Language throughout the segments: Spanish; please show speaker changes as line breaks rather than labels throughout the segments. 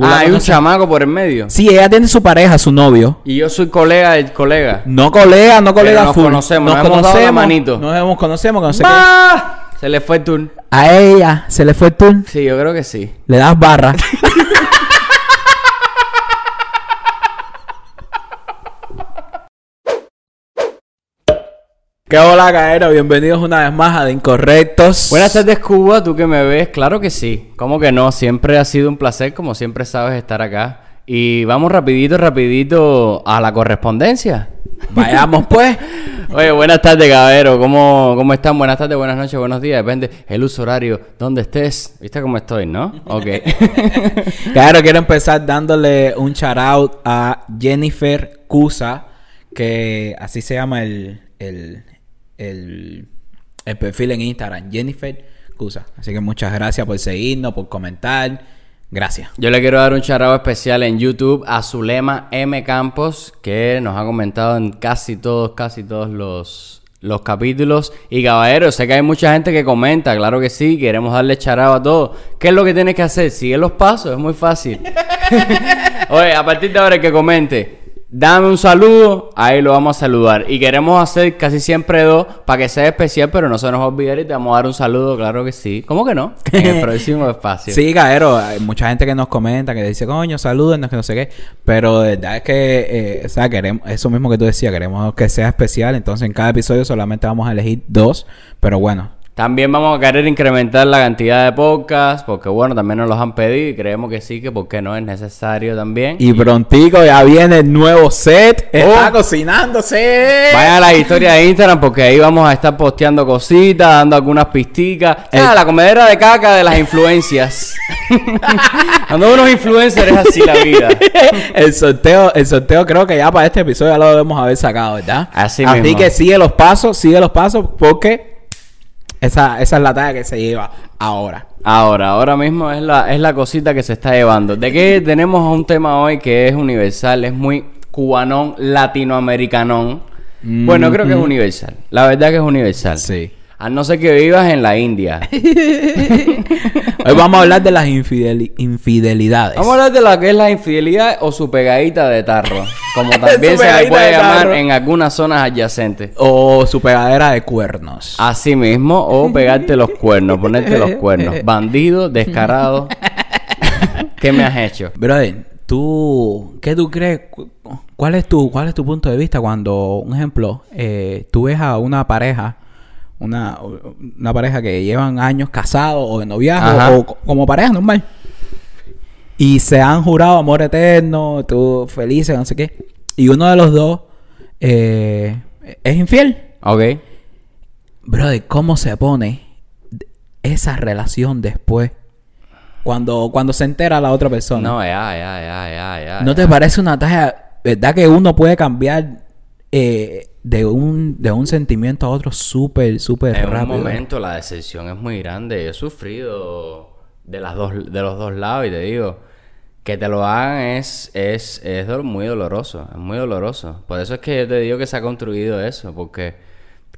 Ah, hay un
chamaco.
chamaco por el medio.
Sí, ella tiene su pareja, su novio.
Y yo soy colega del colega.
No colega, no colega
nos
full.
conocemos, nos hemos dado la manito.
Nos hemos conocemos, que no sé qué.
¡Bah! Se le fue el turno.
A ella se le fue el turn,
Sí, yo creo que sí.
le das barra. ¿Qué hola, caeros? Bienvenidos una vez más a De Incorrectos.
Buenas tardes, Cuba. ¿Tú que me ves? Claro que sí. ¿Cómo que no? Siempre ha sido un placer, como siempre sabes, estar acá. Y vamos rapidito, rapidito a la correspondencia.
Vayamos pues.
Oye, buenas tardes, caballero. ¿Cómo, ¿Cómo están? Buenas tardes, buenas noches, buenos días. Depende el uso horario, dónde estés. ¿Viste cómo estoy, no? Ok.
Claro, quiero empezar dándole un shout out a Jennifer Cusa, que así se llama el, el, el, el perfil en Instagram, Jennifer Cusa. Así que muchas gracias por seguirnos, por comentar. Gracias.
Yo le quiero dar un charado especial en YouTube a Zulema M. Campos, que nos ha comentado en casi todos, casi todos los, los capítulos. Y caballero, sé que hay mucha gente que comenta, claro que sí, queremos darle charado a todos. ¿Qué es lo que tienes que hacer? Sigue los pasos, es muy fácil. Oye, a partir de ahora el que comente, dame un saludo, ahí lo vamos a saludar. Y queremos hacer casi siempre dos para que sea especial, pero no se nos va a olvidar y te vamos a dar un saludo, claro que sí. ¿Cómo que no? En el próximo espacio.
Sí, Gaero, hay mucha gente que nos comenta, que dice, coño, salúdenos, que no sé qué. Pero de verdad es que, eh, o sea, queremos, eso mismo que tú decías, queremos que sea especial. Entonces en cada episodio solamente vamos a elegir dos. Pero bueno,
También vamos a querer incrementar la cantidad de podcasts, porque bueno, también nos los han pedido y creemos que sí, que porque no es necesario también.
Y prontico ya viene el nuevo set. Está
Oh.
cocinándose.
Vayan a la historia de Instagram porque ahí vamos a estar posteando cositas, dando algunas pisticas.
Eh.
Ah, la comedera de caca de las influencias. Cuando unos influencers es así la vida.
El sorteo, el sorteo creo que ya para este episodio ya lo debemos haber sacado, ¿verdad?
Así
Así
mismo.
que sigue los pasos, sigue los pasos, porque esa, esa es la tarea que se lleva ahora.
Ahora, ahora mismo es la, es la cosita que se está llevando. De que tenemos un tema hoy que es universal, es muy cubanón, latinoamericanón. Bueno, creo que es universal. La verdad que es universal.
Mm, Sí.
A no ser que vivas en la India.
Hoy vamos a hablar de las infideli- infidelidades.
Vamos a hablar de la que es la infidelidad o su pegadita de tarro. Como también
Su
se le
pegadita
puede
de
llamar
tarro.
en algunas zonas adyacentes.
O su pegadera de cuernos.
Así mismo, o pegarte los cuernos, ponerte los cuernos. Bandido, descarado. ¿Qué me has hecho?
Brother, tú, ¿qué tú crees? Cu- ¿Cuál es tu, cuál es tu punto de vista cuando, un ejemplo, eh, tú ves a una pareja, una, una pareja que llevan años casados o de
Ajá.
noviazgo o co- como pareja normal y se han jurado amor eterno, tú felices, no sé qué, y uno de los dos eh, es infiel,
Ok.
brother, ¿cómo se pone esa relación después? Cuando, cuando se entera la otra persona.
No, ya, ya, ya, ya, ya.
¿No
ya.
te parece una tarea, verdad que uno puede cambiar eh, de, un, de un sentimiento a otro súper, súper
En
rápido?
un momento la decepción es muy grande. Yo he sufrido de, las dos, de los dos lados y te digo, que te lo hagan es, es, es dol- muy doloroso, es muy doloroso. Por eso es que yo te digo que se ha construido eso, porque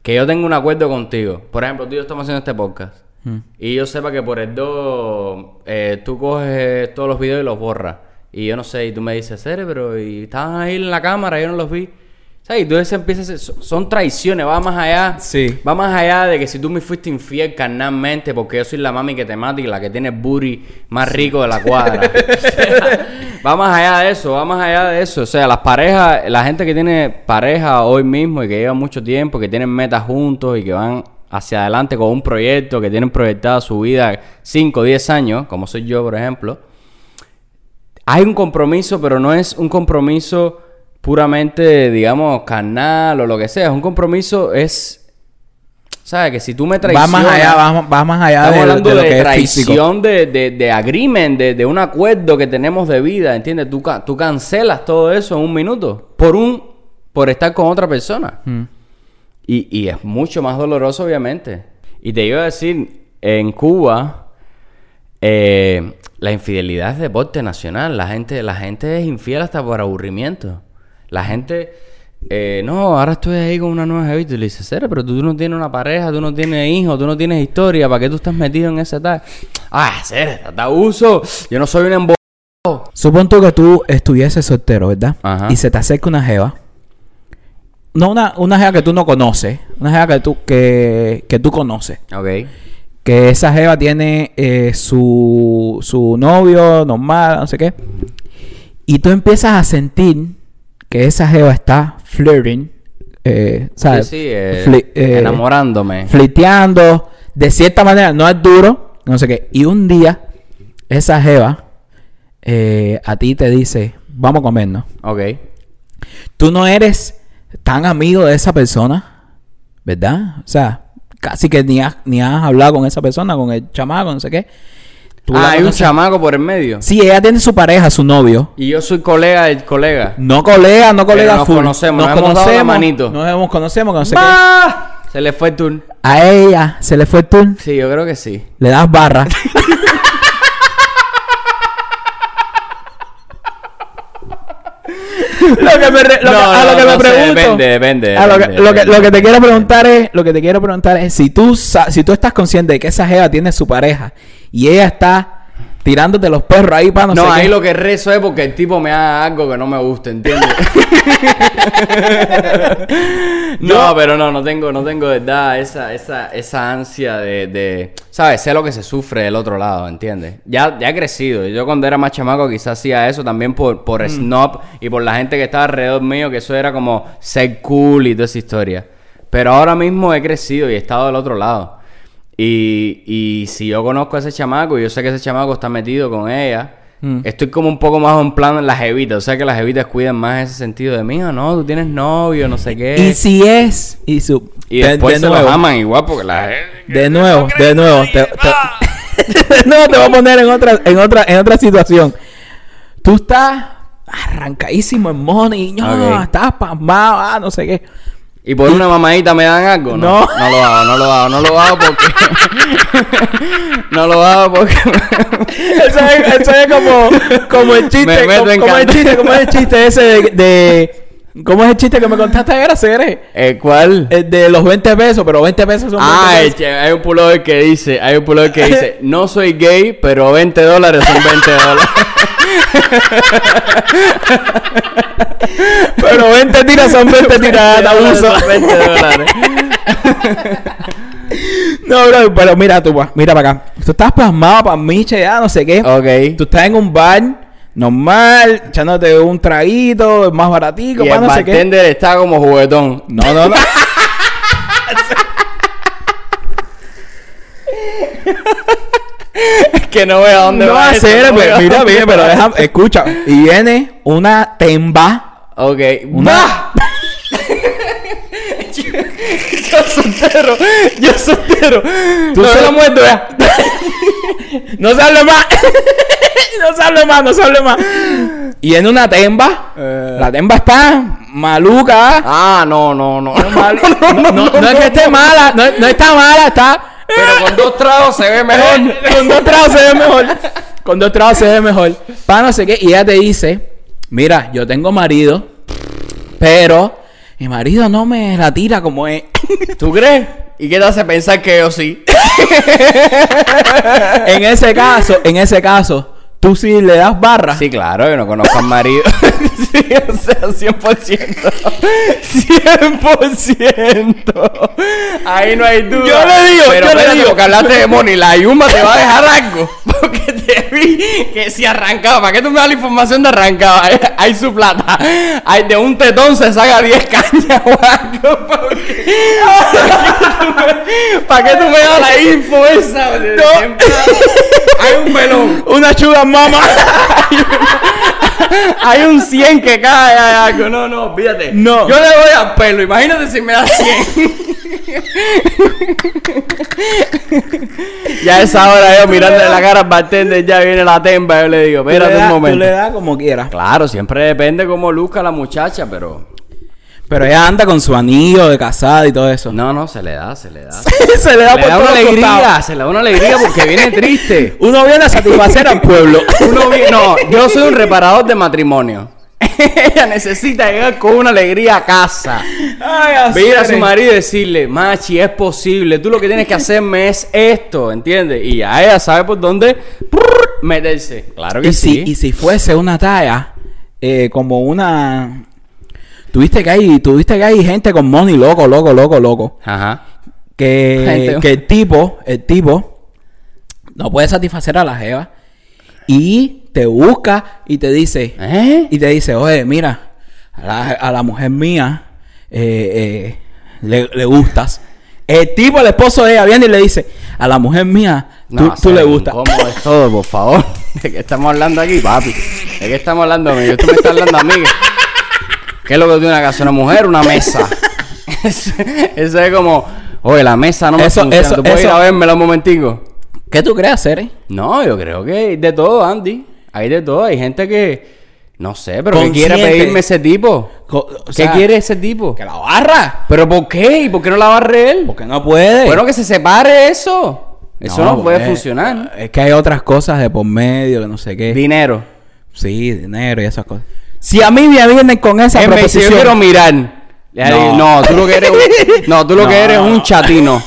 que yo tenga un acuerdo contigo. Por ejemplo, tú y yo estamos haciendo este podcast.
Mm.
Y yo sepa que por el 2 tú coges todos los videos y los borras. Y yo no sé, y tú me dices, Cere, pero y estaban ahí en la cámara, yo no los vi. ¿Sabes? Y tú se empiezas a hacer- son- son traiciones, va más allá.
Sí.
Va más allá de que si tú me fuiste infiel carnalmente, porque yo soy la mami que te mata y la que tiene el booty más rico de la cuadra. O sea, va más allá de eso, va más allá de eso. O sea, las parejas, la gente que tiene pareja hoy mismo y que lleva mucho tiempo, que tienen metas juntos y que van hacia adelante con un proyecto, que tienen proyectada su vida 5, 10 años, como soy yo, por ejemplo. Hay un compromiso, pero no es un compromiso puramente, digamos, carnal o lo que sea. Es un compromiso, es. ¿Sabes? Que si tú me
Va
traicionas.
más allá, va, va más allá
Estamos
de,
hablando
de
de,
lo que es físico.
traición, de, de, de agreement, de, de un acuerdo que tenemos de vida, ¿entiendes? Tú, ca- tú cancelas todo eso en un minuto por un por estar con otra persona.
Mm.
Y, y es mucho más doloroso, obviamente. Y te iba a decir, en Cuba, eh, la infidelidad es deporte nacional. La gente, la gente es infiel hasta por aburrimiento. La gente, eh, no, ahora estoy ahí con una nueva jevita y le dice, Cera, pero tú, tú no tienes una pareja, tú no tienes hijos, tú no tienes historia, ¿para qué tú estás metido en ese tal? Ah, Cera, está abuso, yo no soy un embo...
Supón tú que tú estuvieses soltero, ¿verdad?
Ajá.
Y se te acerca una jeva. No, una, una jeva que tú no conoces. Una jeva que tú, que, que tú conoces.
Ok.
Que esa jeva tiene eh, su, su novio normal, no sé qué. Y tú empiezas a sentir que esa jeva está flirting. eh,
Sí,
¿sabes?
sí, eh,
Fli- eh,
enamorándome.
flirteando. De cierta manera, no es duro, no sé qué. Y un día, esa jeva eh, a ti te dice, vamos a comernos.
Ok.
Tú no eres tan amigo de esa persona, ¿verdad? O sea, casi que ni has, ni has hablado con esa persona, con el chamaco, no sé qué. Tú la
Ah, hay un
conoces.
chamaco por el medio.
Sí, ella tiene su pareja, su novio.
Y yo soy colega del colega.
No colega, no colega
nos
full.
conocemos, nos hemos dado la manito.
Nos hemos conocemos, que no sé qué.
¡Bah! Se le fue el turno.
A ella se le fue el turno.
Sí, yo creo que sí.
Le das barra. lo que me re- lo que-
No,
a lo
no,
que
no
me
sé,
pregunto.
depende, depende,
a lo, que,
depende,
lo, que,
depende.
lo que te quiero preguntar es, lo que te quiero preguntar es si tú sa- si tú estás consciente de que esa jeva tiene su pareja y ella está tirándote los perros ahí para no,
No,
sé
ahí
qué.
lo que rezo es porque el tipo me haga algo que no me guste, ¿entiendes? no, pero no, no tengo, no tengo de verdad esa, esa, esa ansia de, de- ¿sabes? Sé lo que se sufre del otro lado, ¿entiendes? Ya, ya he crecido. Yo cuando era más chamaco quizás hacía eso también por, por snob y por la gente que estaba alrededor mío, que eso era como ser cool y toda esa historia. Pero ahora mismo he crecido y he estado del otro lado. Y, y si yo conozco a ese chamaco y yo sé que ese chamaco está metido con ella, estoy como un poco más en plan en las evitas. O sea que las evitas cuidan más ese sentido de mí, no, tú tienes novio, no sé qué.
Y si es y su
Y
de-
después
de
se
nuevo,
lo aman igual porque la...
De nuevo, de nuevo. Te, te- no, te voy a poner en otra, en otra, en otra situación. Tú estás arrancadísimo en money, no,
Ok.
estás pasmado, ah, no sé qué.
Y por una mamadita me dan algo. No,
No.
no lo hago, no lo hago, no lo hago porque... no lo hago porque...
Eso es, eso es como, como el chiste,
Me meto
como,
en
como el
can-
chiste, como el chiste ese de, de- ¿cómo es el chiste que me contaste ayer, Cere?
¿Eh, ¿Cuál?
El de los 20 pesos, pero 20 pesos son 20
Ah,
pesos.
che, hay un pullover que dice, hay un pullover que dice, no soy gay, pero 20 dólares son 20 dólares.
pero 20 tiras son 20 tiradas, abuso.
20 dólares.
No, bro, pero mira tú, pa- mira para acá. Tú estás pasmado para miche ya, no sé qué. Tú
Ok.
estás en un bar normal, echándote un traguito, el más baratico,
Y
pa,
el
no sé qué.
bartender está como juguetón.
No, no, no.
Es que no veo a dónde
no
va.
va a
esto,
ser,
no
pues,
veo a
mira,
dónde
mira,
va.
pero deja, escucha. Y viene una temba.
Ok.
Una-
¡Bah! yo soltero. Yo soltero.
Tú
no,
sol-
la muerto ya.
No se hable más. no se hable más, no se hable más. Y en una temba.
Eh.
La temba está maluca.
Ah, no, no, no.
Mal- no, no, no es que esté mala, no, no está mala, está.
Pero con dos tragos se ve
Con,
mejor.
con dos tragos se ve mejor. Con dos tragos se ve mejor. Para no sé qué. Y ella te dice: Mira, yo tengo marido, pero mi marido no me la tira como es.
¿Tú crees? ¿Y qué te hace pensar que yo sí?
en ese caso, en ese caso, tú sí le das barra.
Sí, claro, yo no conozco al marido. sí, o sea, 100%. 100%. Ahí no hay duda.
Yo le digo,
Pero
yo le
espérate,
digo.
porque hablaste de Moni, la Yuma te va a dejar algo. Porque te vi que si arrancaba, ¿para qué tú me das la información de arrancaba? Hay, hay su plata. Hay de un tetón se saca 10 cañas o algo. ¿Para qué, ¿Para qué tú me das la info esa? Hay un pelón.
Una chuga mama.
Hay un 100 que cae, hay algo. No, no, fíjate.
No.
Yo le doy al pelo, imagínate si me da 100. ya a esa hora yo mirándole la cara al bartender, ya viene la temba, yo le digo, espérate un
Tú le
momento.
das como quieras.
Claro, siempre depende cómo luzca la muchacha, pero...
Pero ella anda con su anillo de casada y todo eso.
No, no, se le da, se le da.
se le da
Se le da
todos
una
los
alegría,
costados.
se le da una alegría porque viene triste.
Uno viene a satisfacer al pueblo.
Uno vi- No, yo soy un reparador de matrimonio. ella necesita llegar con una alegría a casa. Ver a su marido y decirle, Machi, es posible, tú lo que tienes que hacerme es esto, ¿entiendes? Y ya ella sabe por dónde prrr, meterse. Claro que
Y si,
sí.
y si fuese una talla, eh, como una... Tuviste que hay, tuviste que hay gente con money loco, loco, loco, loco.
Ajá.
que,
Gente.
que el tipo, el tipo no puede satisfacer a la jeva y te busca y te dice,
¿Eh?
y te dice, oye, mira, a la, a la mujer mía eh, eh, le, le gustas. El tipo, el esposo de ella, viene y le dice, a la mujer mía tú,
No,
tú
o sea,
le gustas.
¿Cómo es todo, por favor? ¿De qué estamos hablando aquí, papi? ¿De qué estamos hablando, amigo? Tú me estás hablando a mí. ¿Qué es lo que tiene una casa? ¿Una mujer? ¿Una mesa? Eso eso es como... Oye, la mesa no me
Eso-
funciona.
eso-
¿Tú puedes ir
eso-
a vérmela un momentico?
¿Qué tú crees hacer, eh?
No, yo creo que hay de todo, Andy. Hay de todo. Hay gente que... No sé, pero ¿qué quiere
Consciente.
pedirme ese tipo?
Co- o
¿Qué
sea,
quiere ese tipo? Ah,
Que la barra.
¿Pero por qué? ¿Y por qué no la barre él?
Porque no puede.
Bueno, que se separe eso. Eso no, puede
porque
funcionar.
Es que hay otras cosas de por medio, que no sé qué.
Dinero.
Sí, dinero y esas cosas. Si a mí me vienen con esa
En vez de
proposición,
yo quiero mirar. Le
No.
digo, No. tú lo que eres, un- no, tú lo que
No.
eres es un chatino.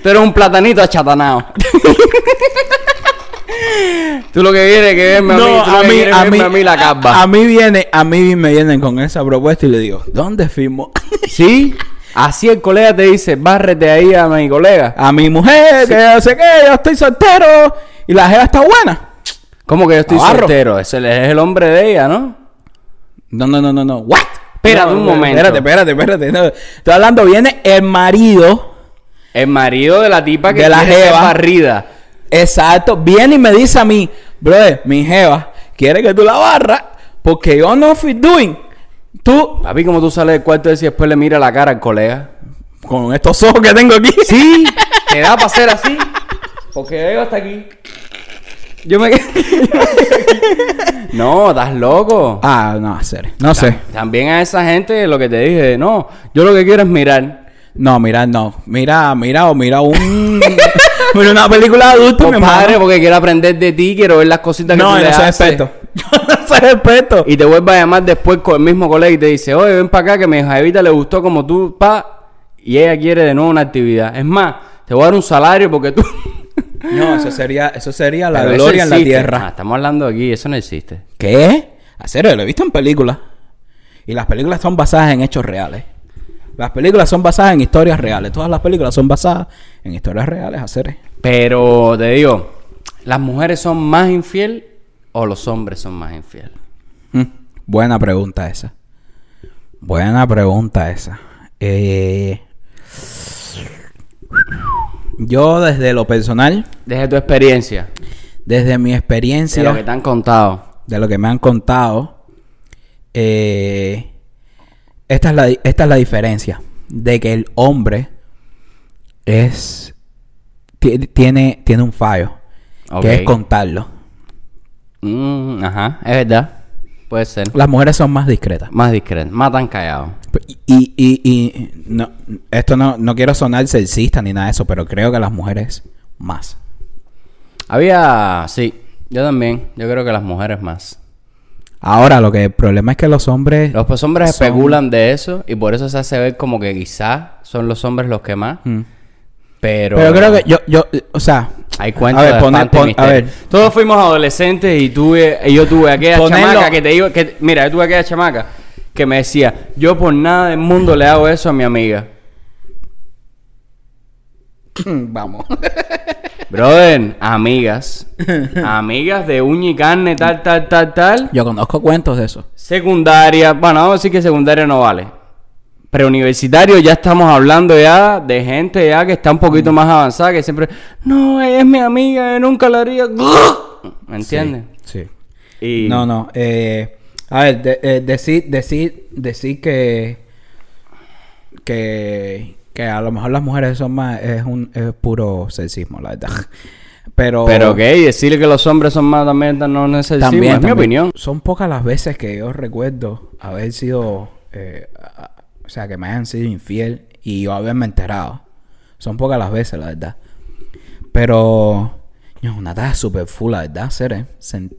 tú eres un platanito achatanado. tú lo que quieres es que verme a mí,
no,
tú lo
a
que
mí,
quieres es
a
verme
mí,
a mí la
A,
capa.
mí viene, a mí me vienen con esa propuesta y le digo, ¿dónde firmo?
¿Sí? Así el colega te dice, bárrete ahí a mi colega.
A mi mujer, que yo sé qué, yo estoy soltero y la jeva está buena.
¿Cómo que yo estoy
Navarro.
soltero? Ese es el hombre de ella, ¿no?
No, no, no, no, no. What?
Espérate
No,
un
no,
momento.
Espérate, espérate, espérate. no. Estoy hablando, viene el marido.
El marido de la tipa que
De la
quiere ser
jeva.
barrida.
Exacto, viene y me dice a mí, brother, mi jeva quiere que tú la barras porque yo no fui doing. Tú,
Papi, como tú sales del cuarto y después le mira la cara al colega.
con estos ojos que tengo aquí.
Sí, te da para hacer así. Porque veo hasta aquí. Yo me No, estás loco.
Ah, no, hacer. No sé.
También a esa gente lo que te dije, no, yo lo que quiero es mirar.
No, mira, no. Mira, mira, o mira un. mira una película de adulto, mi
Compadre,
madre.
porque quiero aprender de ti, quiero ver las cositas
No,
Pues, que tú le
no soy
haces.
experto. Yo no soy experto.
Y te vuelve a llamar después con el mismo colega y te dice, oye, ven para acá que mi jevita le gustó como tú, pa. Y ella quiere de nuevo una actividad. Es más, te voy a dar un salario porque tú...
No, eso sería, eso sería la
Pero eso
gloria en la
existe.
tierra.
Ah, estamos hablando aquí, eso no existe.
¿Qué? Hacer, lo he visto en películas. Y las películas son basadas en hechos reales. Las películas son basadas en historias reales. Todas las películas son basadas en historias reales, hacer.
Pero te digo, ¿las mujeres son más infiel o los hombres son más infiel?
Mm, Buena pregunta esa. Buena pregunta esa. Eh, yo desde lo personal,
Desde tu experiencia,
desde mi
de
experiencia,
lo que te han contado.
me han contado, eh, esta, es la, di- esta es la diferencia. De que el hombre es... ti- Tiene, tiene un fallo.
Ok.
Que es contarlo.
Mm, ajá, es verdad. Puede ser.
Las mujeres son más discretas.
Más discreto, más tan callado.
Y, y, y no, esto no, no quiero sonar sexista ni nada de eso, pero creo que las mujeres más.
Había, sí, yo también. Yo creo que las mujeres más.
Ahora, lo que el problema es que los hombres.
Los pues, hombres
Son-
especulan de eso y por eso se hace ver como que quizá son los hombres los que más.
Mm.
Pero,
Pero, creo que yo, yo, o sea.
Hay cuentos
A ver,
de
pone-
espanto y
pon- a
misterio.
ver.
Todos fuimos adolescentes y tuve, y yo tuve aquella
Ponerlo-
chamaca que te iba, que, mira, yo tuve aquella chamaca que me decía, yo por nada del mundo le hago eso a mi amiga.
Vamos.
Brother, amigas, amigas de uña y carne, tal, tal, tal, tal.
Yo conozco cuentos de eso.
Secundaria, bueno, vamos a decir que secundaria no vale. Preuniversitario ya estamos hablando ya de gente ya que está un poquito
Mm.
más avanzada, que siempre, no, ella es mi amiga, yo nunca la haría. ¿Me entiendes?
Sí.
Y...
No, no. eh, a ver, de- eh, decir, decir, decir que, que, que a lo mejor las mujeres son más, es un es puro sexismo, la verdad. Pero,
Pero ok, decirle que los hombres son más también no necesitamos,
también,
es mi
también.
opinión.
Son pocas las veces que yo recuerdo haber sido, eh, a- a- o sea, que me hayan sido infiel y yo haberme enterado. Son pocas las veces, la verdad. Pero, ño, una taza super full, la verdad, ser, eh, sen-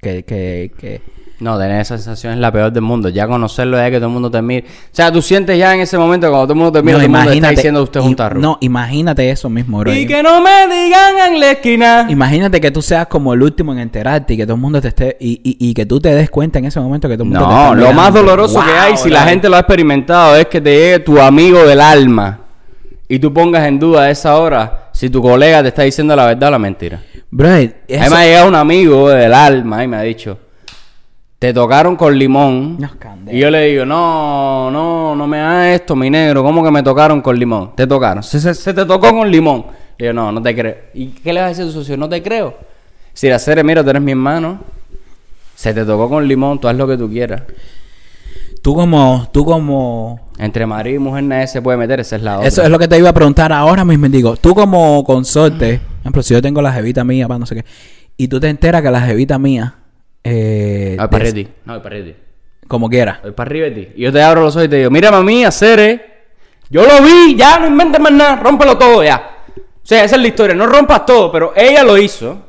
que, que, que,
No, tener esa sensación es la peor del mundo. Ya conocerlo es que todo el mundo te mire. O sea, tú sientes ya en ese momento cuando todo el mundo te Pues mira, todo
No,
el mundo te está
imagínate-
diciendo usted es
i-
un tarro.
No, imagínate eso mismo, bro.
y que no me digan en la esquina.
Imagínate que tú seas como el último en enterarte y que todo el mundo te esté. Y, y- y que tú te des cuenta en ese momento que todo el mundo te está
No, lo
mirando.
más doloroso que
Wow,
hay, si la
bro.
gente lo ha experimentado, es que te llegue tu amigo del alma y tú pongas en duda a esa hora si tu colega te está diciendo la verdad o la mentira.
Bro,
A mí
eso...
me ha llegado un amigo del alma y me ha dicho, te tocaron con limón.
No, candela.
y yo le digo, no, no, no me hagas esto, mi negro, ¿cómo que me tocaron con limón? Te tocaron, se, se- se te tocó con limón. Le digo, no, no te creo. ¿Y qué le vas a decir a tu socio? No te creo. Si la serie, mira, tú eres mi hermano, se te tocó con limón, tú haz lo que tú quieras.
Tú como. Tú como...
Entre marido y mujer nadie se puede meter, esa es la otra.
Eso es lo que te iba a preguntar ahora mismo. Digo, tú como consorte, por ejemplo, si yo tengo la jevita mía, para no sé qué, y tú te enteras que la jevita mía, eh,
Hoy para
des-
arriba de ti, no, hoy para arriba de ti.
como quiera,
Hoy para arriba de ti. Y yo te abro los ojos y te digo, mira mami, hacer, eh. Yo lo vi, ya no inventes más nada, rómpelo todo ya. O sea, esa es la historia, no rompas todo, pero ella lo hizo.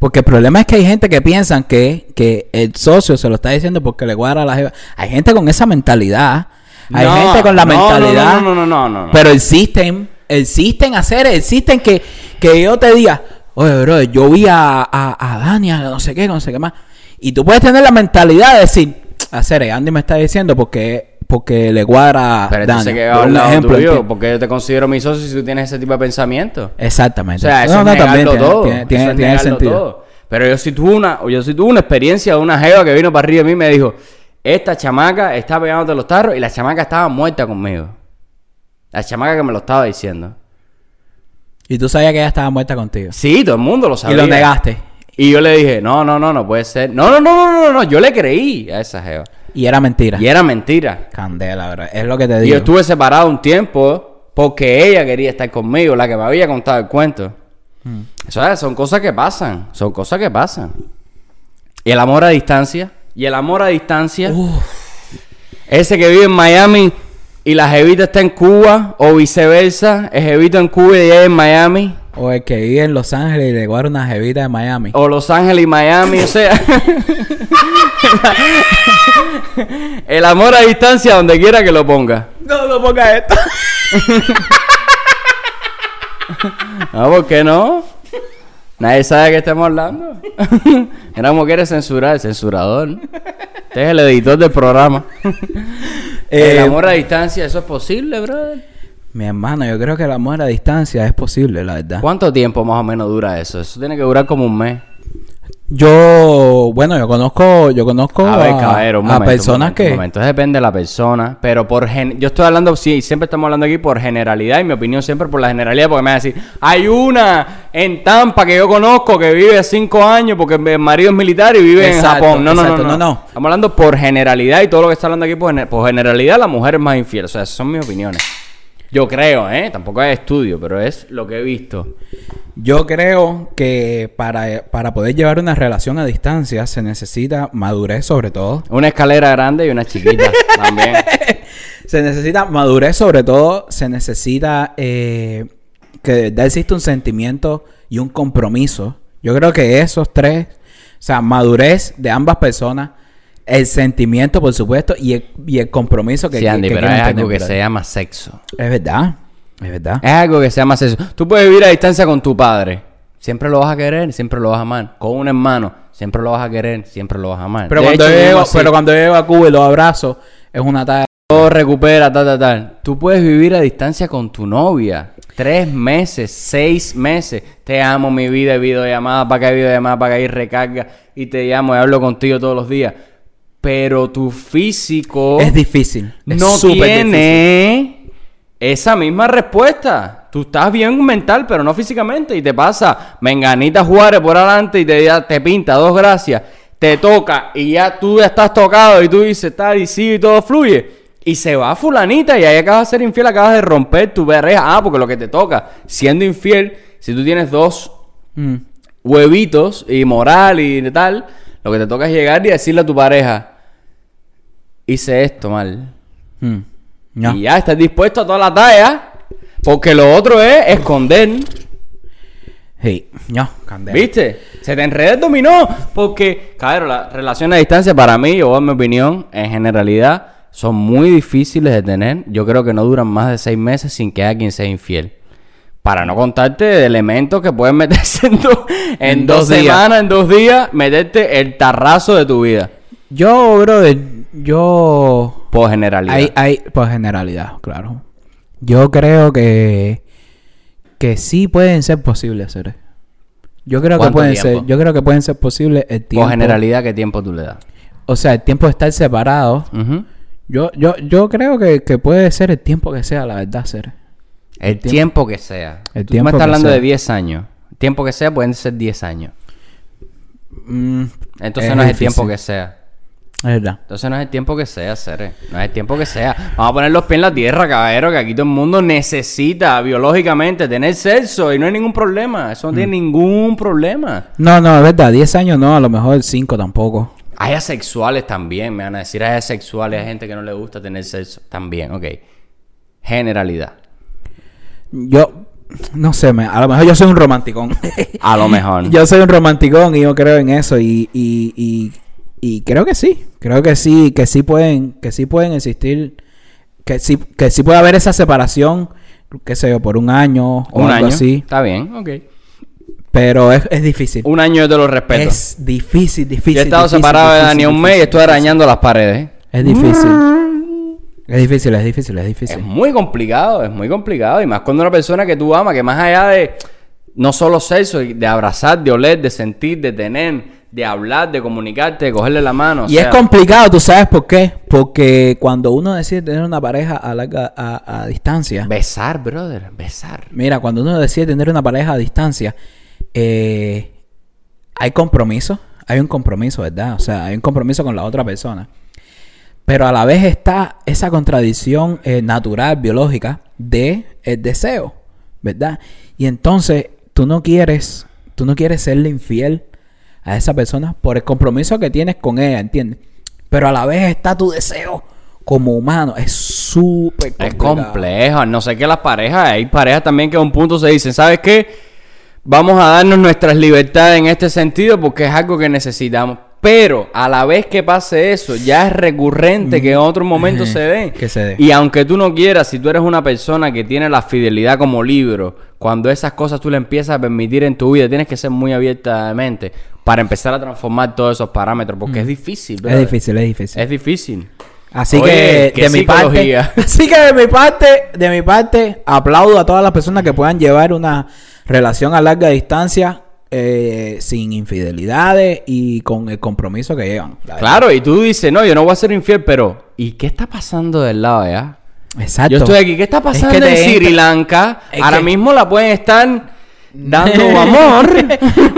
Porque el problema es que hay gente que piensan que, que el socio se lo está diciendo porque le cuadra la jeva. Hay gente con esa mentalidad. Hay
No,
gente con la
no,
mentalidad.
No, no, no, no, no. no.
Pero existen, existen hacer, existen que, que yo te diga, oye, bro, yo vi a, a, a Dani, a no sé qué, no sé qué más. Y tú puedes tener la mentalidad de decir, hacer, Andy me está diciendo porque, porque le cuadra a
Pero entonces
Dani.
que
Por
un ejemplo, tuyo,
¿entiendes?
porque yo te considero mi socio si tú tienes ese tipo de pensamiento. O
Exactamente.
sea, eso
No,
es
no,
negarlo
también tiene-
todo.
tiene- tiene-
eso es
tiene
negarlo
sentido.
todo. Pero yo sí tuve una, yo sí tuve una experiencia de una jeva que vino para arriba de mí y me dijo, esta chamaca está pegándote los tarros y la chamaca estaba muerta conmigo. La chamaca que me lo estaba diciendo.
Y tú sabías que ella estaba muerta contigo.
Sí, todo el mundo lo
Y
sabía.
lo negaste.
Y yo le dije, no, no, no, no puede ser. No, no, no, no, no, no. Yo le creí a esa jeva.
Y era mentira.
Y era mentira.
Candela, bro. Es lo que te
Y
digo.
yo estuve separado un tiempo porque ella quería estar conmigo, la que me había contado el cuento.
Hmm.
O sea, son cosas que pasan, son cosas que pasan. Y el amor a distancia, y el amor a distancia,
Uf,
ese que vive en Miami y la jevita está en Cuba o viceversa, el jevito en Cuba y ella en Miami.
o el que vive en Los Ángeles y le guarda una jevita de Miami.
O Los Ángeles y Miami, o sea. el amor a distancia donde quiera que lo ponga.
No, no ponga esto.
No, Ah, ¿por qué no? Nadie sabe que estamos hablando. Era como quieres censurar, el censurador. Este es el editor del programa.
Eh,
el amor a distancia, eso es posible, brother.
Mi hermano, yo creo que el amor a distancia es posible, la verdad.
¿Cuánto tiempo más o menos dura eso? Eso tiene que durar como un mes.
Yo, bueno, yo conozco, yo conozco
A ver, caballero, un
a
momento, un
personas
momento, un
que.
momento. Entonces depende de la persona. Pero por gen... Yo estoy hablando, sí, siempre estamos hablando aquí por generalidad. Y mi opinión siempre por la generalidad. Porque me van a decir, hay una en Tampa que yo conozco que vive cinco años porque el marido es militar y vive
Exacto,
en Japón. No, no,
exacto,
no, no,
no, no.
Estamos hablando por generalidad y todo lo que está hablando aquí por, gener- por generalidad la mujer es más infiel. O sea, esas son mis opiniones. Yo creo, ¿eh? Tampoco hay estudio, pero es lo que he visto.
Yo creo que para, para poder llevar una relación a distancia se necesita madurez, sobre todo.
Una escalera grande y una chiquita también.
Se necesita madurez, sobre todo. Se necesita eh, que de verdad existe un sentimiento y un compromiso. Yo creo que esos tres, o sea, madurez de ambas personas, el sentimiento, por supuesto, y el, y el compromiso que,
Sí,
que-
Andy,
que
pero
quieren
es algo
tener,
que
pero-
se llama sexo.
Es verdad, es verdad.
Es algo que se llama sexo. Tú puedes vivir a distancia con tu padre. Siempre lo vas a querer, siempre lo vas a amar. Con un hermano, siempre lo vas a querer, siempre lo vas a amar.
Pero,
De
cuando
hecho,
yo
yo
llego,
así,
pero cuando yo llego a Cuba y los abrazo, es una talla.
todo recupera, tal, tal, tal. Tú puedes vivir a distancia con tu novia. Tres meses, seis meses. Te amo, mi vida, y videollamada para acá, videollamada para acá y recarga. Y te llamo y hablo contigo todos los días. Pero tu físico
Es difícil. es
Oh. no
súper
tiene esa misma respuesta. Tú estás bien mental, pero no físicamente. Y te pasa, menganita Juárez por adelante y te, ya te pinta, dos gracias. Te toca y ya tú ya estás tocado y tú dices, tal y sí, y todo fluye. Y se va fulanita y ahí acabas de ser infiel, acabas de romper tu pareja. Ah, porque lo que te toca, siendo infiel, si tú tienes dos
Mm.
huevitos y moral y tal, lo que te toca es llegar y decirle a tu pareja, hice esto mal.
Mm. No.
Y ya estás dispuesto a toda la talla. Porque lo otro es esconder.
Sí. No, candela.
¿Viste? Se te enreda el dominó. Porque, cabrón, las relaciones a distancia para mí, yo en mi opinión, en generalidad, son muy difíciles de tener. Yo creo que no duran más de seis meses sin que alguien sea infiel. Para no contarte de elementos que pueden meterse en, do- en
En
dos,
dos días.
semanas, en dos días, meterte el tarrazo de tu vida.
Yo, brother, yo...
Por generalidad.
Hay, hay, pues generalidad, claro. Yo creo que... Que sí pueden ser posibles hacer. Yo creo que
¿Cuánto
pueden
tiempo?
ser... Yo creo que pueden ser posibles el tiempo...
Por generalidad, ¿qué tiempo tú le das?
O sea, el tiempo de estar separados.
Ujú.
Yo, yo, yo creo que, que puede ser el tiempo que sea, la verdad, ser.
El tiempo que sea.
El
tú me
tiempo
estás
que
hablando
sea.
de 10 años. El tiempo que sea pueden ser 10 años.
Mm,
Entonces
Es
no es el
difícil.
tiempo que sea.
es verdad.
Entonces no es el tiempo que sea, Cere. No es el tiempo que sea. Vamos a poner los pies en la tierra, caballero, que aquí todo el mundo necesita biológicamente tener sexo y no hay ningún problema. Eso no
Mm.
tiene ningún problema.
No, no, es verdad. 10 años no, a lo mejor 5 tampoco.
Hay asexuales también, me van a decir, hay asexuales, hay gente que no le gusta tener sexo también, ok. Generalidad.
Yo, no sé, me- a lo mejor yo soy un romanticón.
A lo mejor.
yo soy un romanticón y yo creo en eso y, y, y, y creo que sí. Creo que sí, que sí pueden, que sí pueden existir, que sí, que sí puede haber esa separación, qué sé yo, por un año o
Un
algo
año.
así.
Está bien, ok.
Pero es, es difícil.
Un año yo te lo respeto.
Es difícil, difícil.
yo he estado
difícil,
separado de
difícil,
Daniel un mes y
difícil,
estoy arañando las paredes. ¿eh? Mm.
Es difícil. Es difícil, es difícil, es difícil.
Es muy complicado, es muy complicado. Y más cuando una persona que tú amas, que más allá de no solo sexo, y de abrazar, de oler, de sentir, de tener, de hablar, de comunicarte, de cogerle la mano. o
y es
sea,
complicado, ¿tú sabes por qué? Porque cuando uno decide tener una pareja a, larga, a, a distancia,
Besar, brother, besar.
mira, cuando uno decide tener una pareja a distancia, eh, hay compromiso, hay un compromiso, ¿verdad? O sea, hay un compromiso con la otra persona. Pero a la vez está esa contradicción eh, natural, biológica, de el deseo, ¿verdad? Y entonces tú no quieres, tú no quieres serle infiel a esa persona por el compromiso que tienes con ella, ¿entiendes? Pero a la vez está tu deseo como humano. Es súper
Es
Pues, complicado.
complejo. No sé qué las parejas, hay parejas también que a un punto se dicen, ¿sabes qué? Vamos a darnos nuestras libertades en este sentido porque es algo que necesitamos. Pero a la vez que pase eso, ya es recurrente que en otro momento
Mm. Ujú,
se dé.
que se dé.
Y aunque tú no quieras, si tú eres una persona que tiene la fidelidad como libro, cuando esas cosas tú le empiezas a permitir en tu vida, tienes que ser muy abierta de mente para empezar a transformar todos esos parámetros, porque es difícil,
Mm. Es
brother.
difícil, es difícil.
Es difícil.
Así
Oye,
que
qué
de mi parte,
psicología.
así que de mi parte, de mi parte, aplaudo a todas las personas que puedan llevar una relación a larga distancia eh, sin infidelidades y con el compromiso que llevan. la verdad.
Claro, y tú dices, no, yo no voy a ser infiel, pero ¿y qué está pasando del lado de allá?
Exacto.
Yo estoy aquí, ¿qué está
Es
pasando
que te
en Sri
entra-
Lanka?
es
Ahora
que-
mismo la pueden estar dando amor.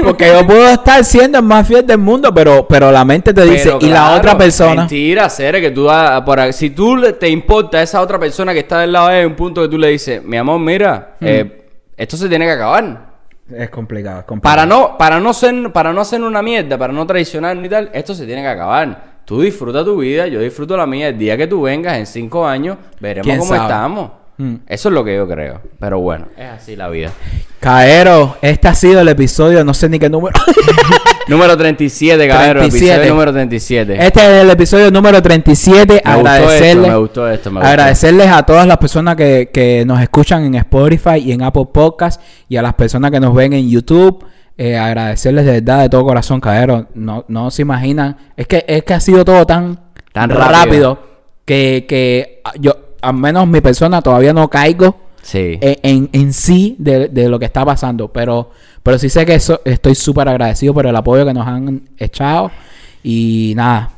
Porque yo puedo estar siendo el más fiel del mundo, pero, pero la mente te dice,
Pero
y la
claro,
otra persona.
Mentira, Cere, que tú vas por ahí. Si tú le- te importa a esa otra persona que está del lado de ella, hay un punto que tú le dices, mi amor, mira,
Hmm.
eh, esto se tiene que acabar.
Es complicado, es complicado.
Para no, para no ser, para no hacer una mierda, para no traicionar ni tal, esto se tiene que acabar. Tú disfruta tu vida, yo disfruto la mía. El día que tú vengas, en cinco años, veremos
¿Quién
cómo
sabe?
estamos.
Mm.
Eso es lo que yo creo. Pero bueno, es así la vida.
Caero, este ha sido el episodio, no sé ni qué número.
Número 37, cabrón. Episodio
37.
número 37.
Este es el episodio número 37.
Me gustó
agradecerles,
esto, me gustó esto, me gustó.
agradecerles a todas las personas que, que nos escuchan en Spotify y en Apple Podcast y a las personas que nos ven en YouTube. Eh, agradecerles de verdad, de todo corazón, Cadero. No, no se imaginan. Es que, es que ha sido todo tan,
Tan
rápido,
rápido.
que, que ah, yo, al menos mi persona, todavía no caigo
Sí.
en, en- en sí de, de lo que está pasando. Pero, pero sí sé que eso, estoy súper agradecido por el apoyo que nos han echado. Y nada,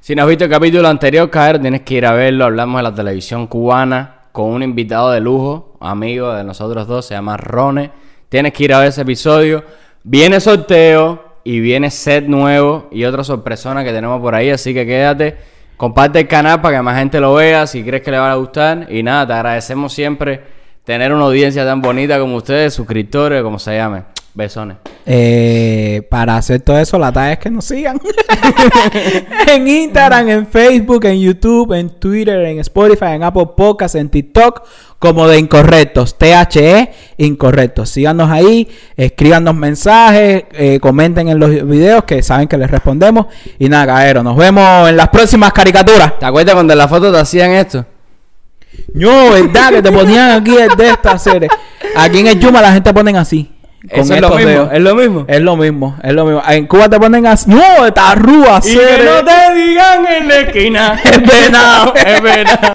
Si no has visto el capítulo anterior, caer, tienes que ir a verlo. Hablamos de la televisión cubana con un invitado de lujo, amigo de nosotros dos, se llama Rone. Tienes que ir a ver ese episodio. Viene sorteo y viene set nuevo y otra sorpresona que tenemos por ahí, así que quédate. Comparte el canal para que más gente lo vea si crees que le va a gustar. Y nada, te agradecemos siempre tener una audiencia tan bonita como ustedes, suscriptores, como se llame. Besones.
eh, para hacer todo eso, la tarea es que nos sigan. en Instagram, en Facebook, en YouTube, en Twitter, en Spotify, en Apple Podcasts, en TikTok, como de incorrectos. THE incorrectos. Síganos ahí, escríbanos mensajes, eh, comenten en los videos que saben que les respondemos. Y nada, cabrón, nos vemos en las próximas caricaturas.
¿Te acuerdas cuando en la foto te hacían esto?
No, verdad que te ponían aquí el de estas series. Aquí en el Yuma la gente ponen así. con
Eso es lo
estos
mismo,
dedos.
es lo mismo.
Es lo mismo, es lo mismo. En Cuba te ponen así. No, está rúa,
te digan en la esquina, es venado, es venado.